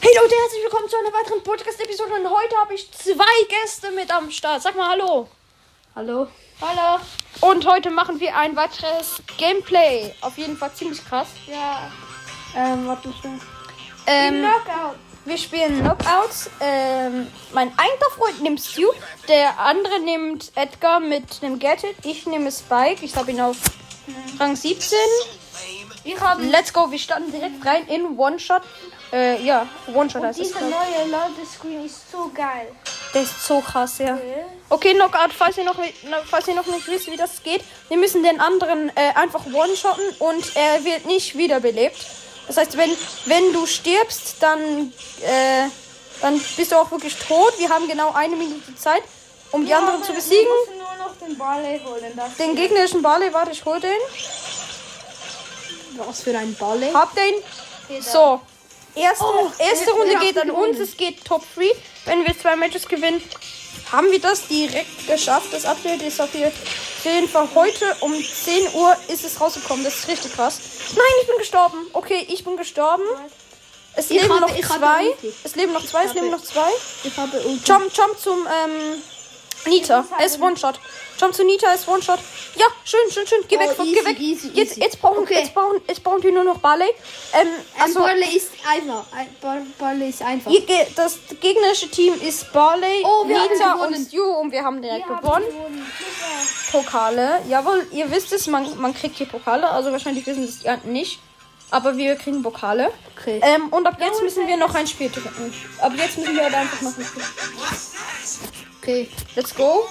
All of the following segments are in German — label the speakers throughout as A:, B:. A: Hey Leute, herzlich willkommen zu einer weiteren Podcast-Episode und heute habe ich zwei Gäste mit am Start. Sag mal Hallo.
B: Hallo?
A: Hallo. Und heute machen wir ein weiteres Gameplay. Auf jeden Fall ziemlich krass.
B: Ja. Ähm, warte mal schnell.
A: Ähm,
B: Knockout.
A: wir spielen Knockouts. Ähm, mein einer Freund nimmt Stu, der andere nimmt Edgar mit einem Gadget. Ich nehme Spike. Ich habe ihn auf Rang 17.
B: Wir haben
A: Let's go. Wir starten direkt rein in One-Shot. Äh, ja, One-Shot heißt es.
B: diese
A: glaub ich.
B: neue Ladescreen ist so geil.
A: Der ist so krass, ja. Okay, Knockout, falls ihr noch, falls ihr noch nicht wisst, wie das geht, wir müssen den anderen äh, einfach one-shotten und er wird nicht wiederbelebt. Das heißt, wenn, wenn du stirbst, dann, äh, dann bist du auch wirklich tot. Wir haben genau eine Minute Zeit, um die anderen zu besiegen.
B: Wir müssen nur noch den Barley holen. Das
A: Den gegnerischen Barley, warte, ich hol den.
B: was für ein Barley?
A: Hab den. So. Erste, erste Runde geht an uns, es geht Top 3. Wenn wir zwei Matches gewinnen, haben wir das direkt geschafft. Das Update ist auf jeden Fall heute um 10 Uhr ist es rausgekommen. Das ist richtig krass. Nein, ich bin gestorben. Okay, ich bin gestorben. Es
C: Ich
A: leben
C: hatte-
A: noch
C: ich hatte
A: zwei.
C: Ulti.
A: Es leben noch zwei, es leben noch zwei.
C: Ich habe Ulti.
A: Jump, jump zum ähm, Nita. Er ist One-Shot. Jump zu Nita, er ist One-Shot. Ja, schön, schön, schön. Geh
C: Oh,
A: weg, von- geh
C: easy,
A: weg.
C: easy,
A: jetzt,
C: easy.
A: Jetzt, brauchen,
C: Okay.
A: jetzt, brauchen, jetzt brauchen die nur noch Barley. Ähm, also,
C: Also, Barley ist einfach. Ein Bar- Barley ist einfach.
A: Ihr ge- Das gegnerische Team ist Barley,
C: Oh, wir haben
A: Nita und
C: gewonnen.
A: Stu und wir haben direkt
B: Wir haben
A: gewonnen.
B: gewonnen. Super.
A: Pokale. Jawohl, ihr wisst es, man, man kriegt hier Pokale. Also wahrscheinlich wissen es die anderen nicht. Aber wir kriegen Pokale.
C: Okay.
A: Ähm, und ab jetzt müssen wir noch ein Spiel drücken. Ab jetzt müssen wir aber einfach noch ein Spiel.
C: Okay.
A: Let's go.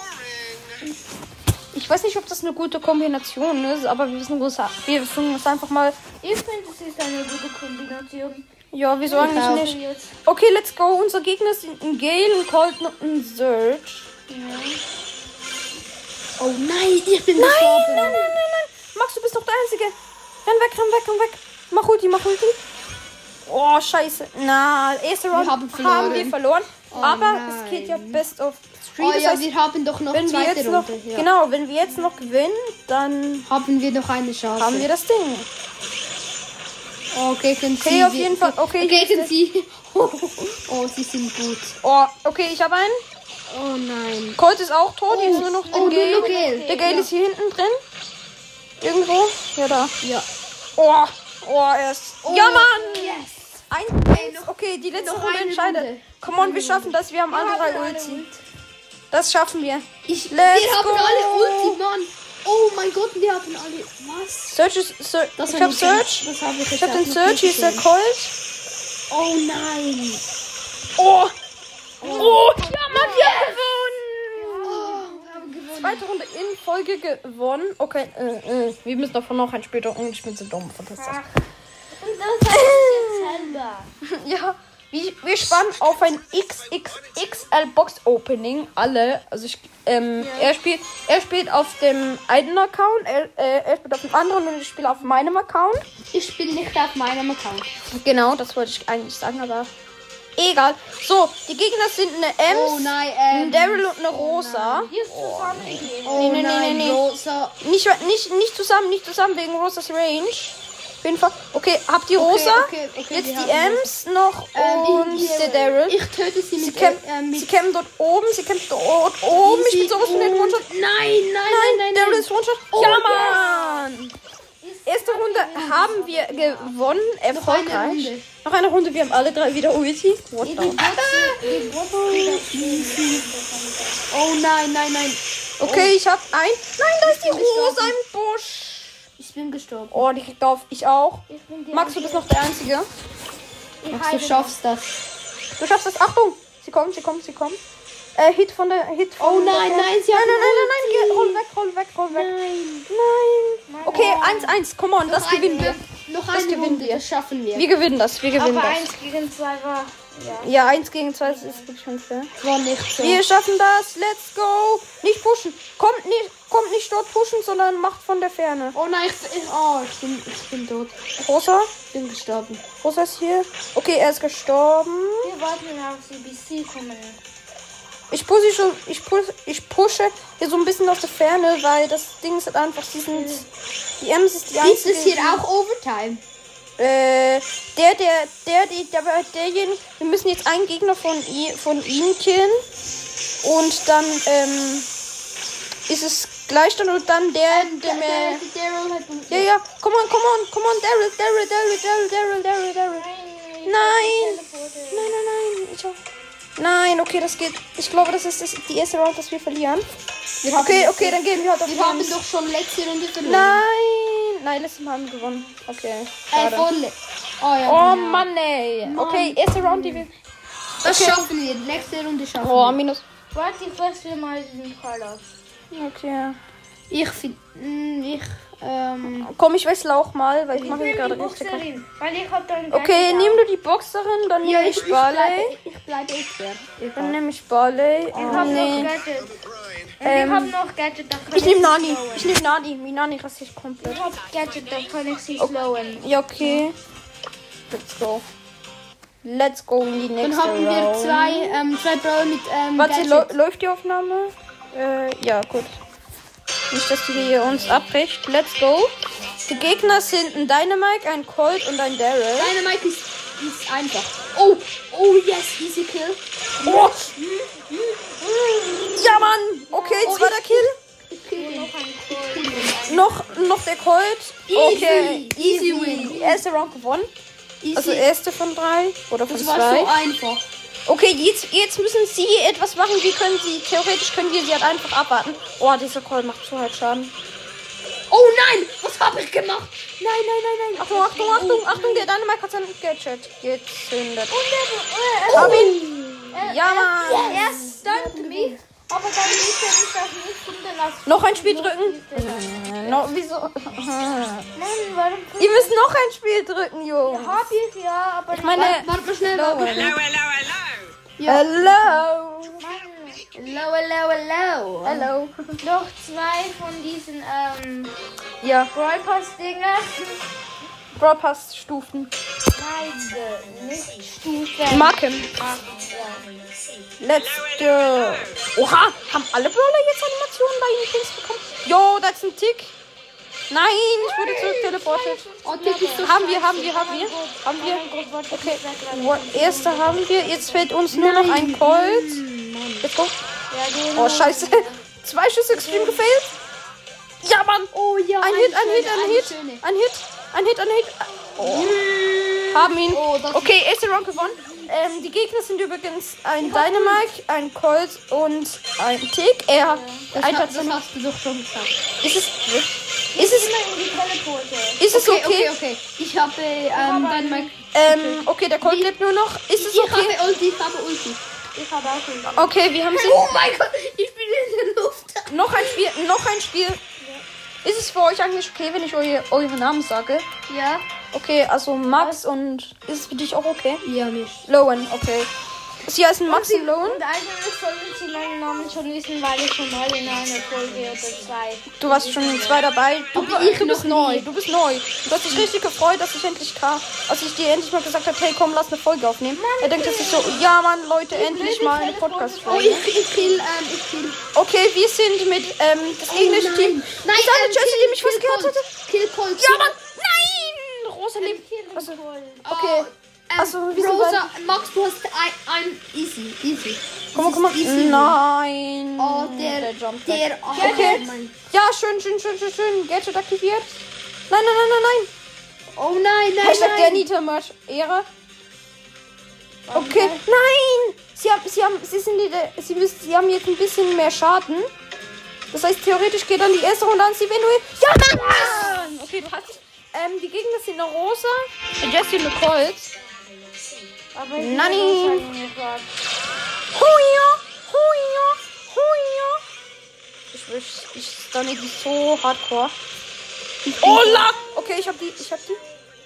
A: Ich weiß nicht, ob das eine gute Kombination ist, aber wir wissen es wir wissen es einfach mal.
B: Ich finde, es ist eine gute Kombination.
A: Ja, wieso
C: auch.
A: eigentlich
B: Also
A: nicht?
B: jetzt.
A: Okay, let's go. Unser Gegner sind ein Gale, ein Colton und ein Surge.
C: Oh nein, ich bin
A: Nein,
C: gestorben.
A: nein, nein, nein, nein. Max, du bist doch der Einzige. Renn weg, renn weg, renn weg. Mach Ulti, mach Ulti. Oh, scheiße. Na, erste Round
C: haben
A: haben
C: verloren. Oh
A: wir verloren. aber es
C: nein.
A: geht ja best of three.
C: Oh
A: das
C: ja,
A: heißt,
C: wir haben doch noch
A: wenn wir
C: zweite
A: jetzt noch,
C: Runde. ja.
A: genau, wenn wir jetzt noch gewinnen, dann
C: Haben wir noch eine Chance.
A: haben wir das Ding.
C: Oh, gegen sie.
A: Okay, auf jeden Fall. Okay,
C: Okay, gegen
A: okay
C: sie. oh, sie sind gut.
A: oh, okay, ich habe einen.
C: Oh nein.
A: Colt ist auch tot. Hier ist nur noch
C: oh,
A: der Gale.
C: nur noch Gale.
A: Der Gale
C: Ja.
A: ist hier hinten drin. Irgendwo. Ja, da.
C: Ja.
A: Oh, oh, er ist. Ja, Mann!
C: Yes.
A: Ein Eins. Okay, die letzte
C: noch
A: Runde
C: eine
A: entscheidet.
C: Runde.
A: Come on, wir schaffen das. Wir haben alle drei Ulti. Das schaffen wir.
C: Ich,
A: Let's
C: wir haben
A: go.
C: alle Ulti, Mann. Oh mein Gott, wir haben alle. Was?
A: Search ist. Search.
C: Das
A: ich
C: war
A: hab
C: nicht
A: Search.
C: ganz- Das habe ich
A: Ich hab
C: jetzt
A: den
C: auch noch
A: Search.
C: nicht
A: Hier ist der
C: gesehen.
A: Colt.
C: Oh nein.
A: Oh! Oh! Ja, Mann, wir haben gewonnen!
C: Oh, wir haben gewonnen.
A: Zweite Runde in Folge gewonnen. Okay, äh, äh. wir müssen davon noch ein später und ich bin so dumm. Fantastisch.
B: Und das ist jetzt selber.
A: Ja, wir, wir spannen auf ein XXXL Box Opening alle. Also ich, ähm, er spielt, er spielt auf dem einen Account, er, äh, er spielt auf dem anderen und ich spiele auf meinem Account.
C: Ich spiele nicht auf meinem Account.
A: Genau, das wollte ich eigentlich sagen, aber egal. So, die Gegner sind eine Ems,
C: Oh nein,
A: ein
C: ähm.
A: Daryl und eine Rosa.
B: Hier ist zusammengegeben.
A: Nee,
C: Oh
A: nee, nee,
C: nein,
A: nee, nee.
C: Rosa.
A: Nicht, nicht, nicht zusammen, nicht zusammen wegen Rosas Range. Auf jeden Fall. Okay, habt ihr Rosa?
C: okay, okay,
A: Jetzt
C: wir
A: die
C: haben
A: Ems noch
C: Ähm,
A: und
C: ich-
A: der Daryl.
C: Ich töte sie
A: Sie
C: mit,
A: kämpft,
C: äh, mit
A: sie kämpft dort oben, sie kämpft dort oben. Ich bin
C: Easy
A: sowas von den
C: und-
A: One-Shot.
C: Nein, nein, nein, nein. Oh,
A: Daryl
C: nein.
A: ist One-Shot. ja, Mann! Erste Runde haben wir gewonnen. Erfolgreich. Noch eine Runde.
C: Runde.
A: Wir haben alle drei wieder Ulti. What the-
C: Oh nein, nein, nein.
A: Okay, ich hab ein. Nein, da ist die Rose im Busch.
C: Ich bin gestorben.
A: Oh, die kriegt auf. Ich auch.
B: Ich bin die
A: Max, du bist noch der Einzige.
B: Ich
C: Max, du
B: heile
C: schaffst das.
A: Du schaffst das. Achtung! Sie kommt, sie kommt, sie kommt. Äh, Hit von der Hit. Von
C: Oh nein,
A: der-
C: nein, sie
A: Nein, nein, nein,
C: hat
A: nein,
C: einen
A: nein, geh,
C: Ulti.
A: roll weg, roll weg, roll weg. Nein. Nein. Okay, 1-1, come on, das gewinnen wir.
C: Noch
A: Das
C: eine
A: gewinnen
C: Runde,
A: wir.
C: das schaffen wir.
A: Wir gewinnen das, wir gewinnen
B: Aber
A: das.
B: eins gegen zwei war. Ja.
A: Ja, 1 gegen 2 ist wirklich schon fair.
C: Das war nicht so.
A: Wir schaffen das, let's go. Nicht pushen, kommt nicht, kommt nicht dort pushen, sondern macht von der Ferne.
C: Oh nein, ich, ich, oh, ich, bin, ich bin tot.
A: Rosa,
C: Ich bin gestorben.
A: Rosa ist hier. Okay, er ist gestorben.
B: Wir wollten auf CBC kommen.
A: Ich pushe schon, ich push, ich pushe hier so ein bisschen aus der Ferne, weil das Ding ist halt einfach, die sind, die Ems ist die
C: Ist
A: einzige.
C: es hier auch Overtime?
A: Äh, der, der, der, die, der, derjenige, wir müssen jetzt einen Gegner von, i- von ihm killen. Und dann, ähm, ist es Gleichstand und dann der, der,
C: Ähm, Der, der,
A: mehr.
C: Daryl hat uns.
A: Ja, ja, komm on, komm on, komm on, Daryl, Daryl, Daryl, Daryl, Daryl, Daryl, Daryl.
B: Nein.
A: Nein.
B: Teleporte.
A: Nein, nein, nein. Ich hab... Nein, okay, das geht. Ich glaube, das ist das, die erste Round, dass wir verlieren.
C: Wir haben
A: Okay,
C: doch-
A: okay, dann gehen wir halt auf
C: Wir haben
A: Rams.
C: doch schon letzte Runde verloren.
A: Nein. Nein, letztes Mal haben wir gewonnen. Okay.
C: Ey,
A: schade.
C: voll. Äh, Oh ja.
A: Oh
C: genau.
A: Mann, ey.
C: Mann.
A: Okay, erste Round, die wir.
C: Das
A: okay.
C: schaffen wir. Nächste Runde schaffen
A: Oh,
C: wir.
A: minus.
B: Warte, ich wechsle mal den Color.
A: Okay.
C: Ich finde. Ich. Ähm.
A: Komm, ich wechsle auch mal, weil ich mache hier
B: Nimm die
A: gerade richtig.
B: Boxerin, weil ich hab dann
A: Okay,
B: gleich-
A: nimm du die Boxerin, dann nehme genau. ich Barley.
C: bleibe. Ich bleibe expert.
A: Dann nehme ich Barley.
B: Ich
A: Oh,
B: hab noch
A: nee.
B: Gadget. Und
A: Ähm,
B: ich hab noch Gadget, da kann
A: Ich nehme
B: sie
A: Nani.
B: slowen.
A: Ich nehme Nani. Mit Nani raste ich komplett.
B: Ich hab Gadget, da kann ich sie slowen.
A: Ja, okay. Let's go. Let's go in die
C: Dann
A: nächste
C: haben wir
A: Round.
C: zwei, ähm, zwei Brawler mit ähm,
A: Warte,
C: Gadgets.
A: lä- läuft die Aufnahme? Äh, ja, gut. Nicht, dass die hier uns abbricht. Let's go. Die Gegner sind ein Dynamite, ein Colt und ein Daryl.
C: Dynamite ist, ist einfach. Oh, oh yes, easy kill.
A: Oh! Ja, Mann! Okay,
C: Oh,
A: zweiter Kill.
C: Ich kill den.
B: Noch ein Kohl.
A: Noch, noch der Colt.
C: Easy,
A: Okay.
C: easy
A: Die
C: win.
A: erste Round gewonnen.
C: Easy.
A: Also erste von drei oder von
C: das war
A: zwei.
C: so einfach.
A: Okay, jetzt, jetzt müssen sie etwas machen. Wie können sie, theoretisch können wir sie halt einfach abwarten. Oh, dieser Call macht zu halt Schaden.
C: Oh nein, was habe ich gemacht? Nein, nein, nein, nein.
A: Achtung, Achtung, Achtung, Achtung, der Dynamite hat sein Gadget gezündet.
B: Und der, äh,
A: Hab ihn! Ja, Mann!
B: er stunt mich, aber dann ließ er mich das nicht finden lassen.
A: Noch ein Spiel drücken?
B: Nein,
A: No, wieso?
B: warum
A: Ihr müsst noch ein Spiel drücken, Jungs.
B: hab ich ja, aber
A: Ich meine,
C: Warte, warte mal schnell.
A: Hello.
C: warte.
D: Hello, hello, hello.
A: hello.
B: Mann,
C: Hello, hello, hello.
A: Hello.
B: noch zwei von diesen ähm,
A: Ja,
B: Brawl Pass Dinger.
A: Brawl Pass Stufen.
B: Nein, äh, nicht Stufen.
A: Marken. Let's go. Oha, haben alle Brawler jetzt Animationen bei ihnen Dings bekommen? Yo, das ist ein Tick. Nein, ich wurde zurück teleportet.
C: Oh, Tick ist so
A: Haben wir, haben wir, haben wir, haben wir. Okay, What? erste haben wir. Jetzt fehlt uns nur noch ein Colt. Jetzt kommt. Oh, scheiße. Zwei Schüsse extrem gefehlt. Ja, Mann.
C: Oh ja,
A: Ein Hit, ein Hit, ein
C: eine
A: Hit.
C: schöne.
A: Ein Hit, ein Hit, ein Hit. Oh. Haben ihn.
C: Oh, das-
A: Okay, erste Round gewonnen. Ähm, die Gegner sind übrigens ein Dynamite, ein Colt und ein Tick. Er
C: Das,
A: ein
C: ha-
A: Tats-
C: das hast du doch schon geschafft.
A: Ist es. Ist es.
B: Immer in die Teleporte.
A: Ist es okay?
C: okay, okay. Ich habe ähm, dann mein.
A: Ähm, okay, der Colt lebt nur noch. Ist es
C: Ich
A: okay?
C: habe Ulti, ich habe Ulti.
B: Ich hab auch einen.
A: Okay, wir haben sie.
C: Oh mein Gott, ich bin in der Luft.
A: Noch ein Spiel, noch ein Spiel. Ist es für euch eigentlich okay, wenn ich eu eure Namen sage?
C: Ja?
A: Okay, also Max und ist es für dich auch okay?
C: Ja, mich.
A: Lowen, okay. Sie heißen Max und Lowen.
B: Und eigentlich sollten Sie meinen Namen schon wissen, weil ich schon mal in einer Folge oder zwei.
A: Du warst schon in zwei dabei. Du,
C: Aber ich
A: du bist
C: noch nie.
A: neu. Du bist neu. Du hast dich richtig gefreut, dass ich endlich kam. Als ich dir endlich mal gesagt habe, hey komm, lass eine Folge aufnehmen. er denkt, dass ich so, ja Mann, Leute, endlich mal eine
C: Oh,
A: Podcast-Folge.
C: ich, ich kill, ähm, ich kill.
A: Okay, wir sind mit ähm, das
C: Oh
A: englische
C: nein.
A: Team.
C: Nein,
A: ist eine
C: ähm,
A: Jessie, die
C: kill-
A: mich fast
C: kill
A: gehört
C: Colt.
A: hätte.
C: Kill Colt.
A: Ja Mann, nein! Rosalie. Also, okay.
C: Ähm,
A: Also, wir sind
C: Rosa, Max, du hast ein, ein easy, easy.
A: Guck mal, guck mal.
C: Das ist easy.
A: Nein.
C: Oh, der, der,
A: Jump.
C: der oh,
A: Okay.
C: Mann.
A: Ja, schön, schön, schön, schön, schön. Gadget aktiviert. Nein, nein, nein, nein,
C: Oh nein,
A: nein.
C: nein,
A: Hashtag der
C: nein.
A: Nita-Merch. Ehre. Okay, nein! Sie haben, sie haben, sie sind, die- sie müssen, sie haben jetzt ein bisschen mehr Schaden. Das heißt, theoretisch geht dann die erste Runde an sie, wenn du, ja, Mann! Okay, du hast, ähm, die Gegner sind eine Rosa, Jessie und eine Colt.
B: Aber ich
A: Nani.
B: will das eigentlich sagen.
A: Huia, huia, huia. Ich will, ich stunne die so hardcore. Ola! Okay, ich hab die, ich hab die.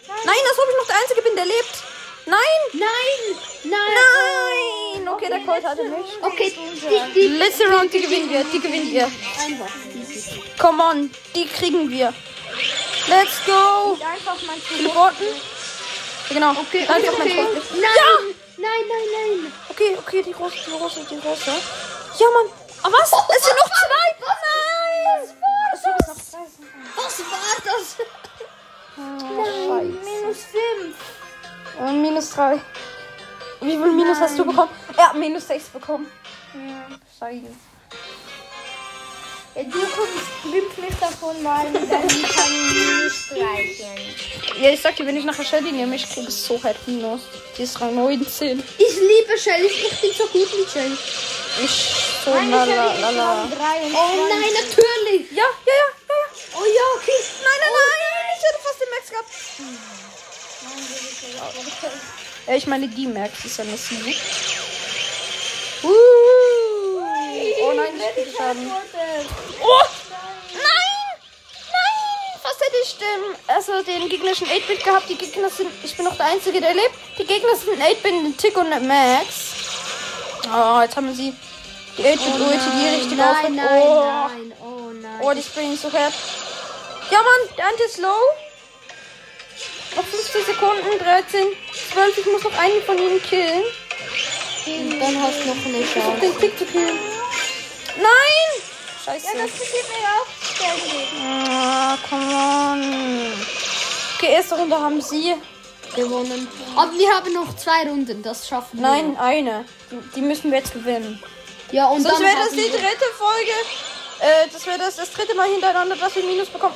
A: Nein, als ob ich noch der Einzige bin, der lebt. Nein!
C: Nein, nein.
A: Nein! Okay, der Colt hatte mich.
C: Okay, die, die,
A: Letzte Round, die gewinnen wir, die gewinnen wir.
C: einfach easy.
A: Come on, die kriegen wir. Let's go.
B: Einfach mal
A: Teleporten. Ja, genau.
C: Okay,
A: Dann
C: okay,
A: doch mein
C: okay.
A: Tor.
C: Nein, nein, nein, nein.
A: Okay, okay, die große, die große, die große. Ja, Mann. Ah, was?
B: Oh,
A: Es sind noch zwei. Nein.
C: Was war das?
A: Scheiße.
B: Minus 5.
A: Äh, minus 3. Wie viel Minus hast du bekommen? Er hat minus 6 bekommen. Scheiße.
B: Ja, du kommst glimpflich davon, mal mit deinen Familienstreichen.
A: Ja, ich sag dir, wenn ich nachher Shelly nehme, ich kriege so halt Minus. Die ist Rang 19.
C: Ich liebe Shelly. Ich bin so gut mit Shelly.
A: Ich so
B: Meine
A: la
B: Familie
A: la la la.
B: ist Rang 23.
C: Oh nein, natürlich.
A: Ja, ja, ja, ja, ja.
C: Oh ja, okay.
A: Nein, nein, nein, ich hätte fast den Max gehabt. Ja, ich meine, die Max ist ja eine Sieg. Uh. Oh nein, ich krieg Schaden. Oh! Nein! Nein! Fast hätte ich den, also den gegnerischen 8-Bit gehabt. Die Gegner sind. Ich bin noch der Einzige, der lebt. Die Gegner sind ein 8-Bit, ein Tick und ein Max. Oh, jetzt haben sie die 8-Bit-Ulti, die richtig
C: Nein, nein,
A: aufgeht. oh.
C: nein. Oh nein.
A: Oh, die springen so hart. Ja, Mann, der Ante ist low. Noch 15 Sekunden, 13, 12. Ich muss noch einen von ihnen killen.
C: Dann hast du noch eine
A: Ich hab
C: Chance.
A: den Tick zu killen. Nein! Scheiße.
B: Ja, das passiert mir auch ständig.
A: Ah, come on. Okay, erste Runde haben sie.
C: Gewonnen. Aber wir haben noch zwei Runden. Das schaffen wir.
A: Nein, eine. Die, die müssen wir jetzt gewinnen.
C: Ja, und
A: Sonst
C: dann
A: wäre das
C: haben
A: die
C: wir-
A: dritte Folge. Äh, das wäre das, das dritte Mal hintereinander, dass wir Minus bekommen.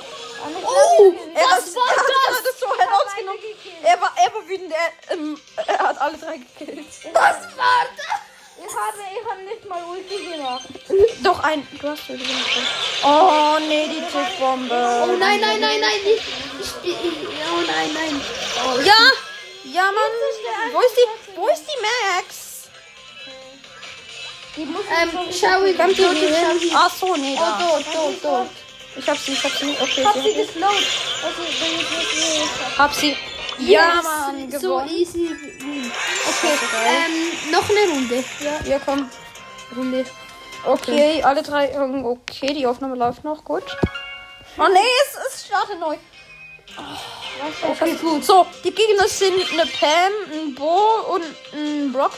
C: Oh,
A: Er hat-
C: was war
A: er hat
C: das?
A: gerade so hart ausgenommen. Er war, er war wütend. Er, ähm, er hat alle drei gekillt.
C: Was war das?
B: Ich habe, ich habe nicht mal Ulti gemacht.
A: Doch ein. Du hast ja gewonnen. Oh nee, die Tickbombe.
C: Oh nein, nein, nein, nein. Ich, ich, ich, oh nein, nein. Oh,
A: Ja! Ja, Mann! Wo ist die. Wo ist die Max?
B: Die muss
C: Ähm, schau ich
A: Kommt die
C: schau ich- schau
A: hin?
C: ich-
A: Ach so, nee.
C: Oh,
A: Da.
C: dort, dort, dort.
A: Ich hab sie, ich hab sie. Okay.
B: Hab sie
A: sie-
B: geslowt. Also, wenn ich nicht will.
A: Hab sie. Ja,
C: Yes,
A: Mann,
C: So
A: gewonnen.
C: easy. Okay, ähm, noch eine Runde.
A: Ja, komm.
C: Runde.
A: Okay, alle drei. ähm, Okay, die Aufnahme läuft noch. Gut. Oh nee, es, es startet neu.
C: Okay, gut.
A: So, die Gegner sind eine Pam, ein Bo und ein Brock.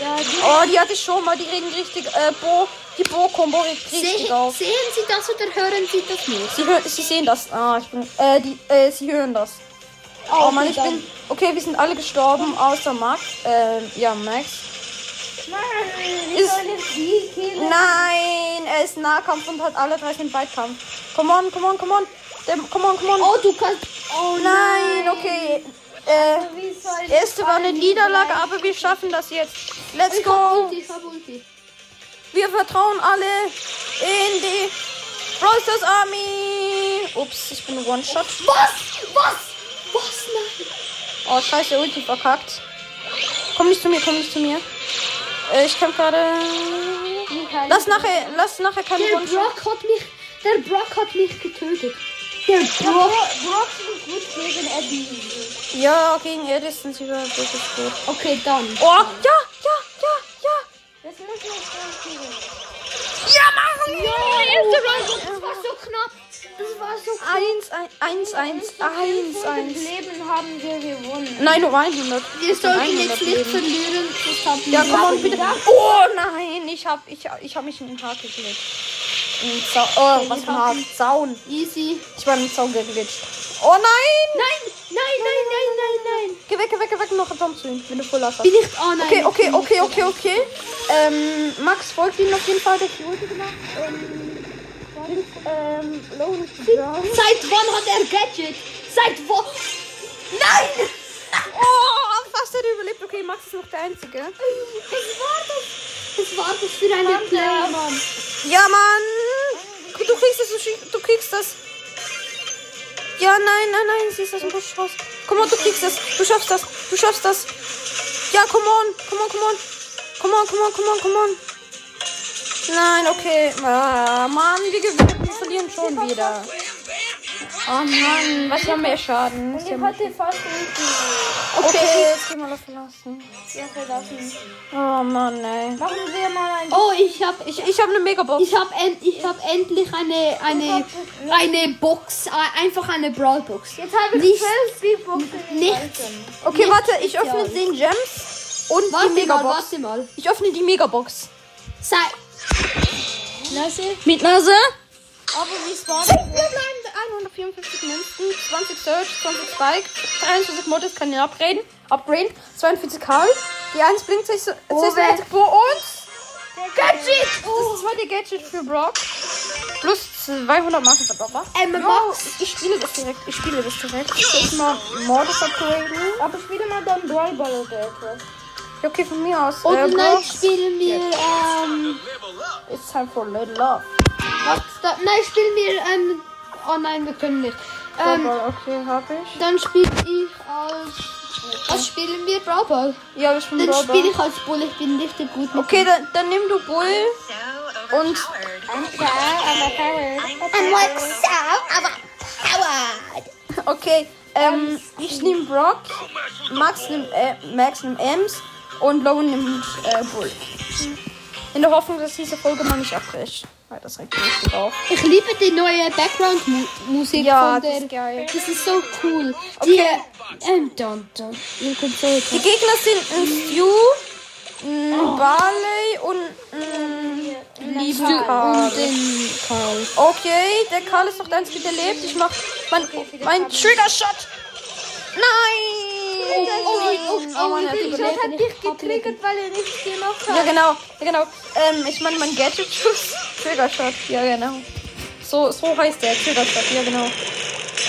B: Ja, die
A: Oh, die hatte ich schon mal. Die regen richtig. Äh, Bo. Die Bo-Kombo regt richtig
C: Seh,
A: auf.
C: sehen Sie das oder hören Sie das nicht?
A: Sie, hör, sie sehen das. Ah, ich bin. Äh, die, äh, sie hören das. Oh, Mann, ich bin. Okay, wir sind alle gestorben, außer Max. Ähm, ja, Max.
B: Mann, wie
A: Ist-
B: soll ich die killen?
A: Nein, er ist Nahkampf und hat alle drei sind Weitkampf. Come on, come on, come on. Dem, come on, come on.
C: Oh, du kannst. Oh
A: nein, okay. Äh,
B: Wie soll ich
A: erste war eine Niederlage, aber wir schaffen das jetzt. Let's
C: Ich hab
A: go.
C: Ulti, ich hab Ulti.
A: Wir vertrauen alle in die Brosters Army. Ups, ich bin One-Shot.
C: Was? Was? Was? Nein.
A: Oh, scheiße, Ulti verkackt. Komm nicht zu mir, komm nicht zu mir. Äh, ich kämpfe gerade.
B: die kann?
A: Lass nachher, lass nachher keinen
C: Der
A: One-Shot.
C: Brock hat mich. Der Brock hat mich getötet. Der
B: Ja,
C: Brock.
B: Brock Brock ist gut gegen Eddie.
A: Ja, gegen Edison sind wir wirklich gut.
C: Okay, dann.
A: Oh, ja, ja, ja, ja.
B: Das muss man so kriegen.
A: Ja, machen wir!
C: Oh, Das war so knapp. Das war so knapp.
A: Eins, ein- eins, eins, eins,
B: Und
A: eins.
B: Leben haben wir gewonnen.
A: Nein, nur 100.
C: Wir sollten jetzt
A: 100
C: nicht
A: Leben.
C: verlieren. Das haben
A: Ja,
C: wir
A: komm on,
C: gewonnen.
A: bitte. Oh nein, ich hab, ich, ich hab mich in den Haar geklickt. In den Zau oh, was für ein Haar? Zaun.
C: Easy.
A: Ich war in den Zaun geglitscht. Oh nein!
C: Nein, nein, nein, nein, nein, nein.
A: Geh weg, geh weg, geh weg, noch ein Zaun zu ihm, wenn du voll hast.
C: Bin ich. Oh nein.
A: Okay, okay, okay, okay, okay. Ähm, Max folgt ihm auf jeden Fall, der hat die Ulti gemacht. Ähm, ähm, Low nicht gegangen.
C: Seit wann hat er Gadget? Seit wann? Nein!
A: Oh, fast hat er überlebt. Okay, Max ist noch der Einzige.
C: Was war das? Was war das für eine Playermann?
A: Ja, Mann! Du kriegst das, du schick- du kriegst das. Ja, nein, nein, nein, sie ist aus dem Busch raus. Komm on, du kriegst das. Du schaffst das. Du schaffst das. Ja, come on, come on, come on. Come on, come on, come on, come on. Nein, okay. Ah, Mann, wir gewinnen, wir verlieren schon wieder. Oh Mann, was haben wir Schaden?
B: Und ich hatte fast Ulti.
A: Okay, jetzt gehen wir mal verlassen.
B: Ja, verlassen.
A: Oh Mann, ey.
B: Machen wir mal ein
C: Oh, ich hab.
A: Ich, ich habe eine Megabox.
C: Ich habe end, ich hab endlich eine, eine, eine Box, äh, einfach eine Brawlbox.
B: Jetzt habe ich
C: Nichts.
B: zwölf Big Boxen.
C: Nichts.
A: Okay, warte, ich öffne
C: Spezial.
A: den Gems und die
C: Warte mal,
A: Megabox.
C: warte mal.
A: Ich öffne die Megabox.
C: Sei,
B: Lasse.
A: Mit Nase?
B: Aber wie es war.
C: wir bleiben ein
A: 154 Münzen, 20 Search, 20 Spike, 23 Modus kann ihn upgraden, upgraden, 42 Karl, die 1 blinkt 26 26 Bo und Gadget! Das zweite Gadget für Brock. Plus 200 Marken verdoppelt.
C: Ähm, Max.
A: Ich spiele das direkt, ich spiele das direkt. Ich will mal Modus upgraden.
B: Aber spiele mal dann Brawl Ball oder etwas.
A: Ja, Okay, von mir aus.
C: Und
A: äh,
C: dann
A: Brock,
C: spielen wir, ähm,
A: it's time for little love.
C: was da, nein, spielen wir, ähm, oh nein, wir können nicht. Ähm,
A: Aber okay, hab ich.
C: dann spiele ich als, was spielen wir? Brawl Ball.
A: Ja, ich bin
C: Dann
A: Brawl.
C: spiele ich als Bull, ich bin richtig gut mit
A: Okay, dann, dann nimm du Bull. Und
B: Ja, aber Power.
A: okay, ähm, ich nehme Brock, Max nimmt äh, Max nimmt Ems und Logan nimmt äh, Bull. In der Hoffnung, dass diese Folge mal nicht abbricht. Weil das regt mich richtig auf.
C: Ich liebe die neue Background-Musik
A: Ja,
C: von
A: das
C: der.
A: ist geil.
C: Das ist so cool. Die, ähm, dun, dun, ihr könnt so
A: Die Gegner sind ein Stu, ein Barley und ein Lieber.
C: und den Karl.
A: Okay, der Karl ist noch der einzige, der lebt. Ich mach mein, mein Trigger-Shot. Nein!
C: oh, oh, oh,
A: mein
C: ich bin
A: Gott,
C: schon-
B: hat dich getriggert, weil er nichts gemacht
A: Ja, genau, ja, genau. Ähm, ich meine, mein Gadget-Schuss. Trigger-Shot, ja, genau. So, so heißt der, Trigger-Shot, ja, genau.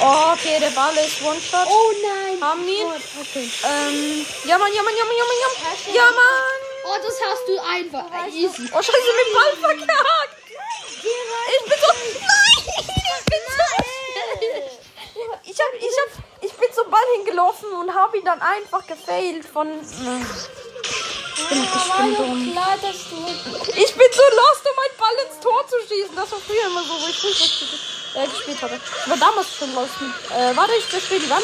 A: Oh, okay, der Ball ist One-Shot.
C: Oh nein!
A: Haben ihn.
C: Okay.
A: Ähm, ja, Mann, ja, Mann, ja, Mann, ja, Mann, ja, Mann. Ja, Mann.
C: Oh, das hast du einfach. Easy.
A: Oh, scheiße, mit Ball verkackt. Ich bin so... Nein! Ich bin so... Ich hab, ich hab, ich bin zum Ball hingelaufen und habe ihn dann einfach gefailt von. Ich bin, ich bin dumm.
B: Klar, dass du.
A: Ich bin so lost, um einen Ball ins Tor zu schießen. Das war früher immer so, wo ich früher äh, gespielt habe. Ich war damals schon lost. Äh, warte, ich verstehe die Wand.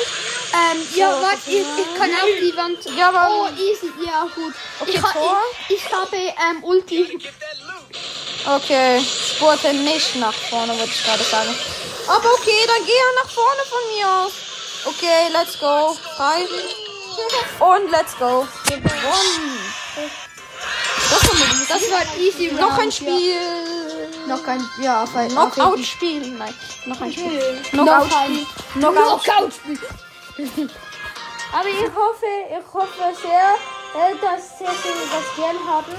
C: Ähm, ja, warte, ich, ich kann auch die Wand.
A: Ja,
C: Oh,
A: aber.
C: easy. Ja, gut.
A: Okay,
C: ich, ha-
A: Tor.
C: ich, ich habe ähm, Ulti. Oh.
A: Okay, spurte nicht nach vorne, wollte ich gerade sagen. Aber okay, dann geh er nach vorne von mir aus. Okay, let's go. Frei. Und let's go. Gewonnen. Das war mit
C: Das war easy. Round.
A: Noch ein Spiel.
C: Ja. Noch ein. Ja, auf ein. auf jeden-
A: Knockout-Spiel. Nein, noch ein Spiel.
C: Noch
A: Knockout.
C: ein.
A: Knockout.
C: Knockout-Spiel.
B: Aber ich hoffe, ich hoffe sehr, äh, dass sehr viele das gern haben,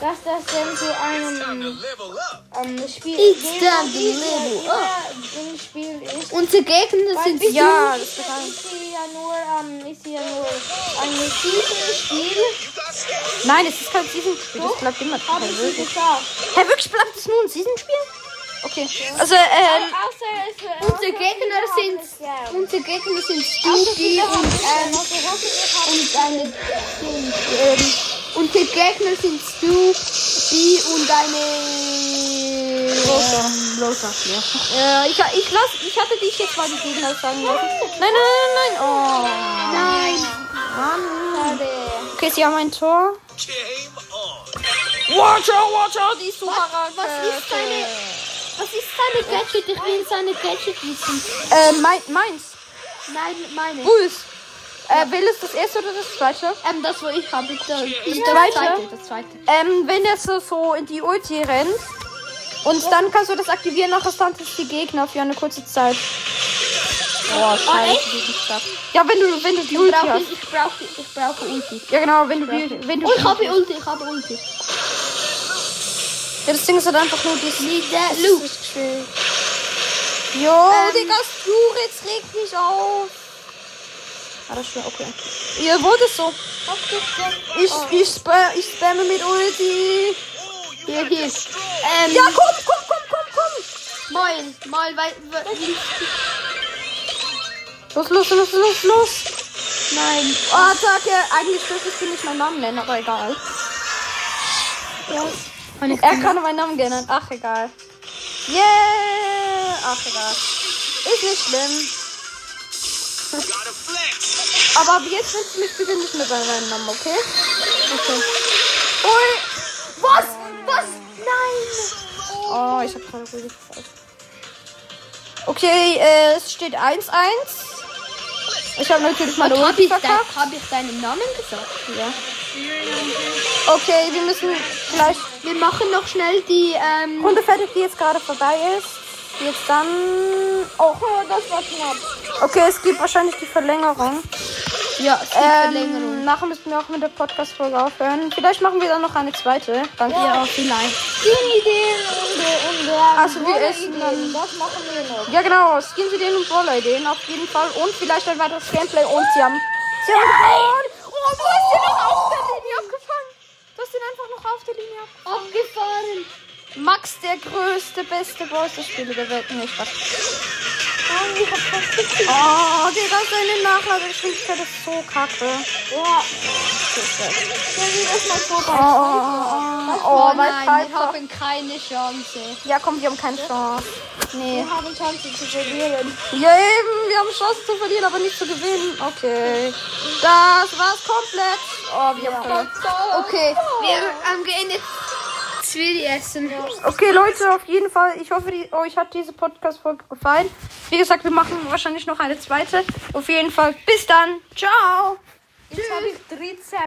B: dass das dann zu einem ähm, Spiel
C: It's
B: Game
C: time
B: of
C: to
B: Thrones
C: level
B: wieder ein äh, Spiel ist.
C: Unsere Gegner sind
B: Weil
A: Ja, das
B: bis
A: ist
B: jetzt
A: total-
B: ist sie ja nur, ähm, ist sie ja nur ein Season-Spiel.
A: Nein, es ist kein Season-Spiel. Das bleibt immer drin.
B: Habe ich sie gesagt.
A: Hä, wirklich bleibt es nur ein Season-Spiel? Okay. Also, ähm,
B: Außer es
C: Unsere Gegner sind unsere Gegner sind Stupi und ähm, und eine ähm, unsere Gegner sind Stupi und eine
A: ähm, Äh, ich, ich, lass, ich hatte dich jetzt mal die Gegner sagen lassen. Nein, nein, nein, nein.
C: Nein.
A: Oh, Mann. Okay, sie haben ein Tor.
D: Game on.
A: Watch out, watch out, die Suhara.
C: Was ist seine Was ist seine Gadget? Ich will seine Gadget wissen.
A: Äh, mein, meins.
C: Nein, meine.
A: Bulls. Äh, will es das erste oder das zweite?
C: Ähm, das wo ich habe, das, das
A: Zweite?
C: zweite, das zweite.
A: Ähm, wenn er so, so in die Ulti rennt. Und dann kannst du das aktivieren, nach Restant ist die Gegner für eine kurze Zeit. Oh, scheiße, die sind stark. Ja, wenn du, wenn du die
C: Ich
A: Ulti
C: brauche
A: hast.
C: ich brauche ich brauche Ulti.
A: Ja, genau, wenn du die, wenn du
C: Oh, ich habe Ulti, ich habe Ulti.
A: Ja, das Ding ist halt einfach nur dieses...
C: Mit der Luke.
A: Jo, ähm, Digga, Juritz regt mich auf. Ah, das ist schwer, okay. Ihr wollt es so. Ich, ich, spa ich spamme mit Ulti.
C: Hier, hier. Ähm,
A: Ja, komm, komm, komm, komm, komm.
C: Moin, moin, weil, weil
A: Los, los, los, los, los.
C: nein.
A: Oh, Attacke. Eigentlich dürfte ich hier nicht meinen Namen nennen, aber egal.
C: Und ich
A: Er kann meinen Namen ändern. Ach, egal. Yeah. Ach, egal. Ist nicht schlimm.
D: Gotta flex.
A: Aber ab jetzt willst du mich bitte nicht mit meinem Namen, okay? Okay. Ui.
C: Was? Was? Nein!
A: Oh, ich hab gerade ruhig gefallen. Okay, äh, es steht 1-1. Ich habe natürlich meine
C: Hab
A: Ulti
C: ich, dein,
A: verkackt.
C: hab ich deinen Namen gesagt?
A: Ja. Okay, wir müssen gleich...
C: Wir machen noch schnell die, ähm,
A: Runde fertig, die jetzt gerade vorbei ist. Jetzt dann. Oh,
B: das war knapp.
A: okay, es gibt wahrscheinlich die Verlängerung.
C: Ja, es gibt Verlängerung.
A: Ähm, nachher müssen wir auch mit der Podcast-Folge aufhören. Vielleicht machen wir dann noch eine zweite. Danke.
C: Ja, vielleicht.
B: Die Ideen und der, und der
A: Also, wir
B: Wolle-
A: essen
B: Ideen,
A: dann-
B: Das machen wir noch.
A: Ja, genau. Skins mit denen und Brawler-Ideen auf jeden Fall. Und vielleicht ein weiteres Gameplay. Und sie haben. Sie haben gewonnen. Oh, du hast den noch auf der Linie abgefangen. Du hast den einfach noch auf der Linie abgefangen.
B: Abgefahren.
A: Max, der größte, beste Bowser-Spieler der Welt. Nicht was.
B: Oh, ich hab fast gekriegt.
A: Oh, Digga, seine Nachladegeschwindigkeit ist so kacke.
B: Ja. Dann geht das mal vorbei.
A: Oh, oh, oh, oh mein
C: nein, wir
A: Freitag.
C: haben keine Chance.
A: Ja, komm, wir haben keine Chance.
C: Nee.
B: Wir haben Chance zu verlieren.
A: Ja, eben, wir haben Chancen zu verlieren, aber nicht zu gewinnen. Okay. Das war's komplett. Oh, wir haben
C: Okay,
A: Oh.
C: wir ähm, haben geendet. Zwilli essen.
A: Okay, Leute, auf jeden Fall. Ich hoffe, die, euch hat diese Podcast-Folge gefallen. Wie gesagt, wir machen wahrscheinlich noch eine zweite. Auf jeden Fall. Bis dann. Ciao.
B: Jetzt habe ich 13.